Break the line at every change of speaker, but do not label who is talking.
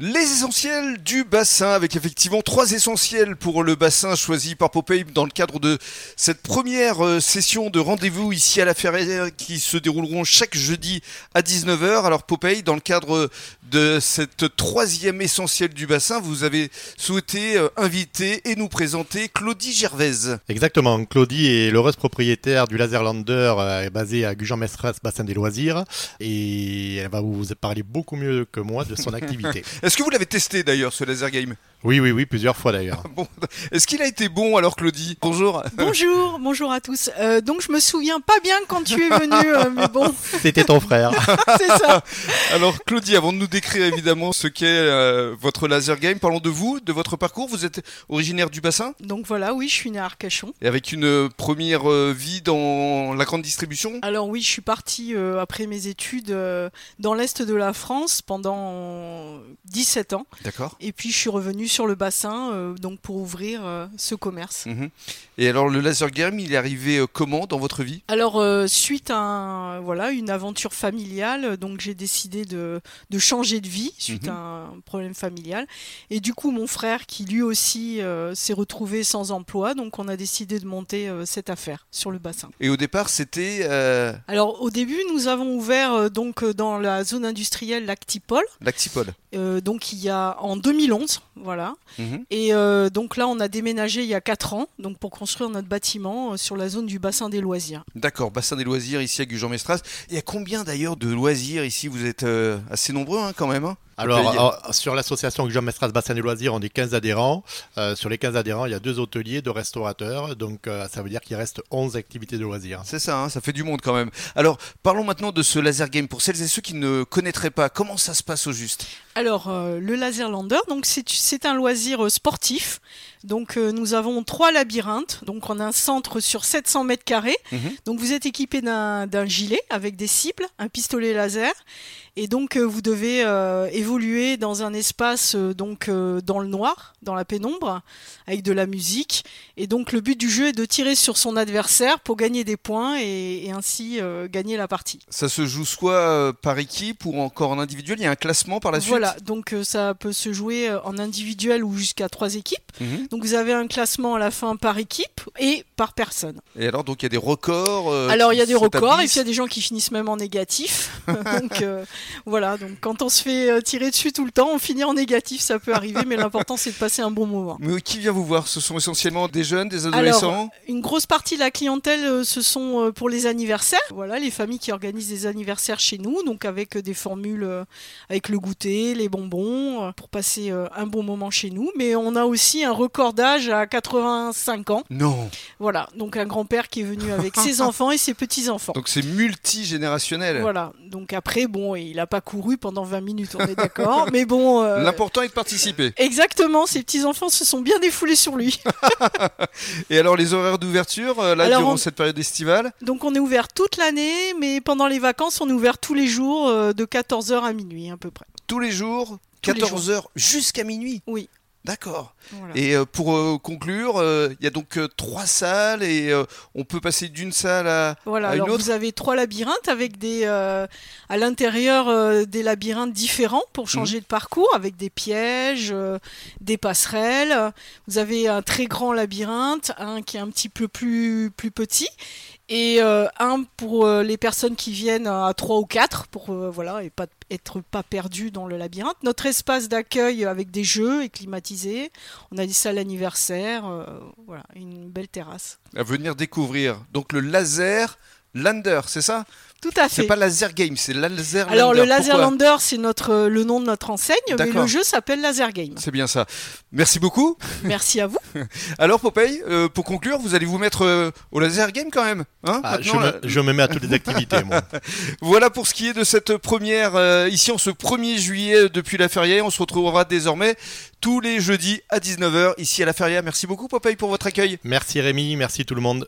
Les essentiels du bassin, avec effectivement trois essentiels pour le bassin choisi par Popeye dans le cadre de cette première euh, session de rendez-vous ici à la Ferrière qui se dérouleront chaque jeudi à 19h. Alors Popeye, dans le cadre euh, de cette troisième essentiel du bassin, vous avez souhaité euh, inviter et nous présenter Claudie Gervaise.
Exactement. Claudie est l'heureuse propriétaire du Laserlander euh, basé à Gujan-Mestras, bassin des loisirs. Et elle va vous parler beaucoup mieux que moi de son activité.
Est-ce que vous l'avez testé d'ailleurs ce laser game
Oui, oui, oui, plusieurs fois d'ailleurs.
Bon, est-ce qu'il a été bon alors Claudie Bonjour.
Bonjour, bonjour à tous. Euh, donc je me souviens pas bien quand tu es venu, euh, mais bon,
C'était ton frère.
c'est ça.
Alors Claudie, avant de nous décrire évidemment ce qu'est euh, votre laser game, parlons de vous, de votre parcours. Vous êtes originaire du bassin
Donc voilà, oui, je suis née à Arcachon.
et avec une euh, première euh, vie dans la grande distribution.
Alors oui, je suis partie euh, après mes études euh, dans l'est de la France pendant 17 ans,
D'accord.
et puis je suis revenue sur le bassin, euh, donc pour ouvrir euh, ce commerce.
Mhm. Et alors le laser game, il est arrivé euh, comment dans votre vie
Alors euh, suite à un- voilà une aventure familiale, donc j'ai décidé de, de changer de vie suite
Mhm.
à un problème familial. Et du coup mon frère qui lui aussi euh, s'est retrouvé sans emploi, donc on a décidé de monter euh, cette affaire sur le bassin.
Et au départ, c'était euh,
Alors au début nous avons ouvert euh, donc euh, dans la zone industrielle l'Actipol,
l'Actipol.
euh, donc il y a en 2011, voilà.
Mhm.
Et euh, donc là on a déménagé il y a 4 ans, donc pour construire notre bâtiment euh, sur la zone du bassin des loisirs.
D'accord, bassin des loisirs ici à Gujan-Mestras. Il y a combien d'ailleurs de loisirs ici Vous êtes euh, assez nombreux hein, quand même. hein
Alors,
Popeye.
alors, sur l'association Gujan-Mestras Bassin des Loisirs, on est 15 adhérents. Euh, sur les 15 adhérents, il y a deux hôteliers, deux restaurateurs. Donc, euh, ça veut dire qu'il reste 11 activités de loisirs.
C'est ça, hein, ça fait du monde quand même. Alors, parlons maintenant de ce laser game. Pour celles et ceux qui ne connaîtraient pas, comment ça se passe au juste
Alors, euh, le laserlander, donc c'est- c'est un loisir euh, sportif. Donc, euh, nous avons trois labyrinthes. Donc, on a un centre sur 700 mètres carrés.
Mhm.
Donc, vous êtes équipé d'un d'un gilet avec des cibles, un pistolet laser. Et donc, euh, vous devez euh, évoluer dans un espace euh, donc euh, dans le noir, dans la pénombre, avec de la musique. Et donc, le but du jeu est de tirer sur son adversaire pour gagner des points et, et ainsi euh, gagner la partie.
Ça se joue soit euh, par équipe ou encore en individuel. Il y a un classement par la suite.
Voilà, donc euh, ça peut se jouer euh, en individuel ou jusqu'à trois équipes.
Mhm.
Donc vous avez un classement à la fin par équipe et par personne.
Et alors, donc, il y a des records. euh,
Alors il y a
qui
des records et puis il
s'établissent.
y a des gens qui finissent même en négatif. donc euh, voilà, donc quand on se fait euh, tirer dessus tout le temps, on finit en négatif, ça peut arriver, mais l'important c'est de passer un bon moment.
Mais qui vient vous voir Ce sont essentiellement des jeunes, des
Alors,
adolescents
Une grosse partie de la clientèle, euh, ce sont euh, pour les anniversaires. Voilà, les familles qui organisent des anniversaires chez nous, donc avec euh, des formules euh, avec le goûter, les bonbons, euh, pour passer euh, un bon moment chez nous. Mais on a aussi un record d'âge à 85 ans.
Non.
Voilà, donc un grand-père qui est venu avec ses enfants et ses petits-enfants.
Donc euh, c'est multigénérationnel.
Voilà, donc après, bon, il n'a pas couru pendant 20 minutes, on est d'accord, mais bon. euh,
L'important est de participer.
Exactement, ses petits-enfants se sont bien défoulés sur lui.
Et alors les horaires d'ouverture, euh, là,
Alors,
durant
on-
cette période estivale
Donc on est ouvert toute l'année, mais pendant les vacances, on est ouvert tous les jours euh, de 14h à minuit à peu près.
Tous les jours,
Tous les
14 heures jusqu'à minuit
Oui.
D'accord.
Voilà.
Et euh, pour euh, conclure, euh, il y a donc euh, trois salles et euh, on peut passer d'une salle à...
Voilà,
à une
alors
autre
vous avez trois labyrinthes avec des euh, à l'intérieur euh, des labyrinthes différents
Mhm.
pour changer de parcours avec des pièges, euh, des passerelles. Vous avez un très grand labyrinthe, un qui est un petit peu plus plus petit et euh, un pour euh, les personnes qui viennent à trois ou quatre pour euh, voilà et pas être pas perdu dans le labyrinthe. Notre espace d'accueil avec des jeux est climatisé. On a des salles anniversaires, euh, voilà, une belle terrasse.
à venir découvrir. Donc le laser lander, c'est ça
Tout à fait.
C'est pas laser game, c'est laser
Alors
lander.
le Laser
Pourquoi
Lander, c'est notre euh, le nom de notre enseigne, mais
D'accord.
le jeu s'appelle Laser Game.
C'est bien ça. Merci beaucoup.
Merci à vous.
Alors Popeye, euh, pour conclure, vous allez vous mettre euh, au laser game quand même. hein
Ah, je,
Maintenant,
me,
là-
je me mets à toutes les activités, moi.
Voilà pour ce qui est de cette première euh, ici en ce 1er juillet euh, depuis la Ferrière. On se retrouvera désormais tous les jeudis à 19h ici à la Ferrière. Merci beaucoup Popeye pour votre accueil.
Merci Rémi, merci tout le monde.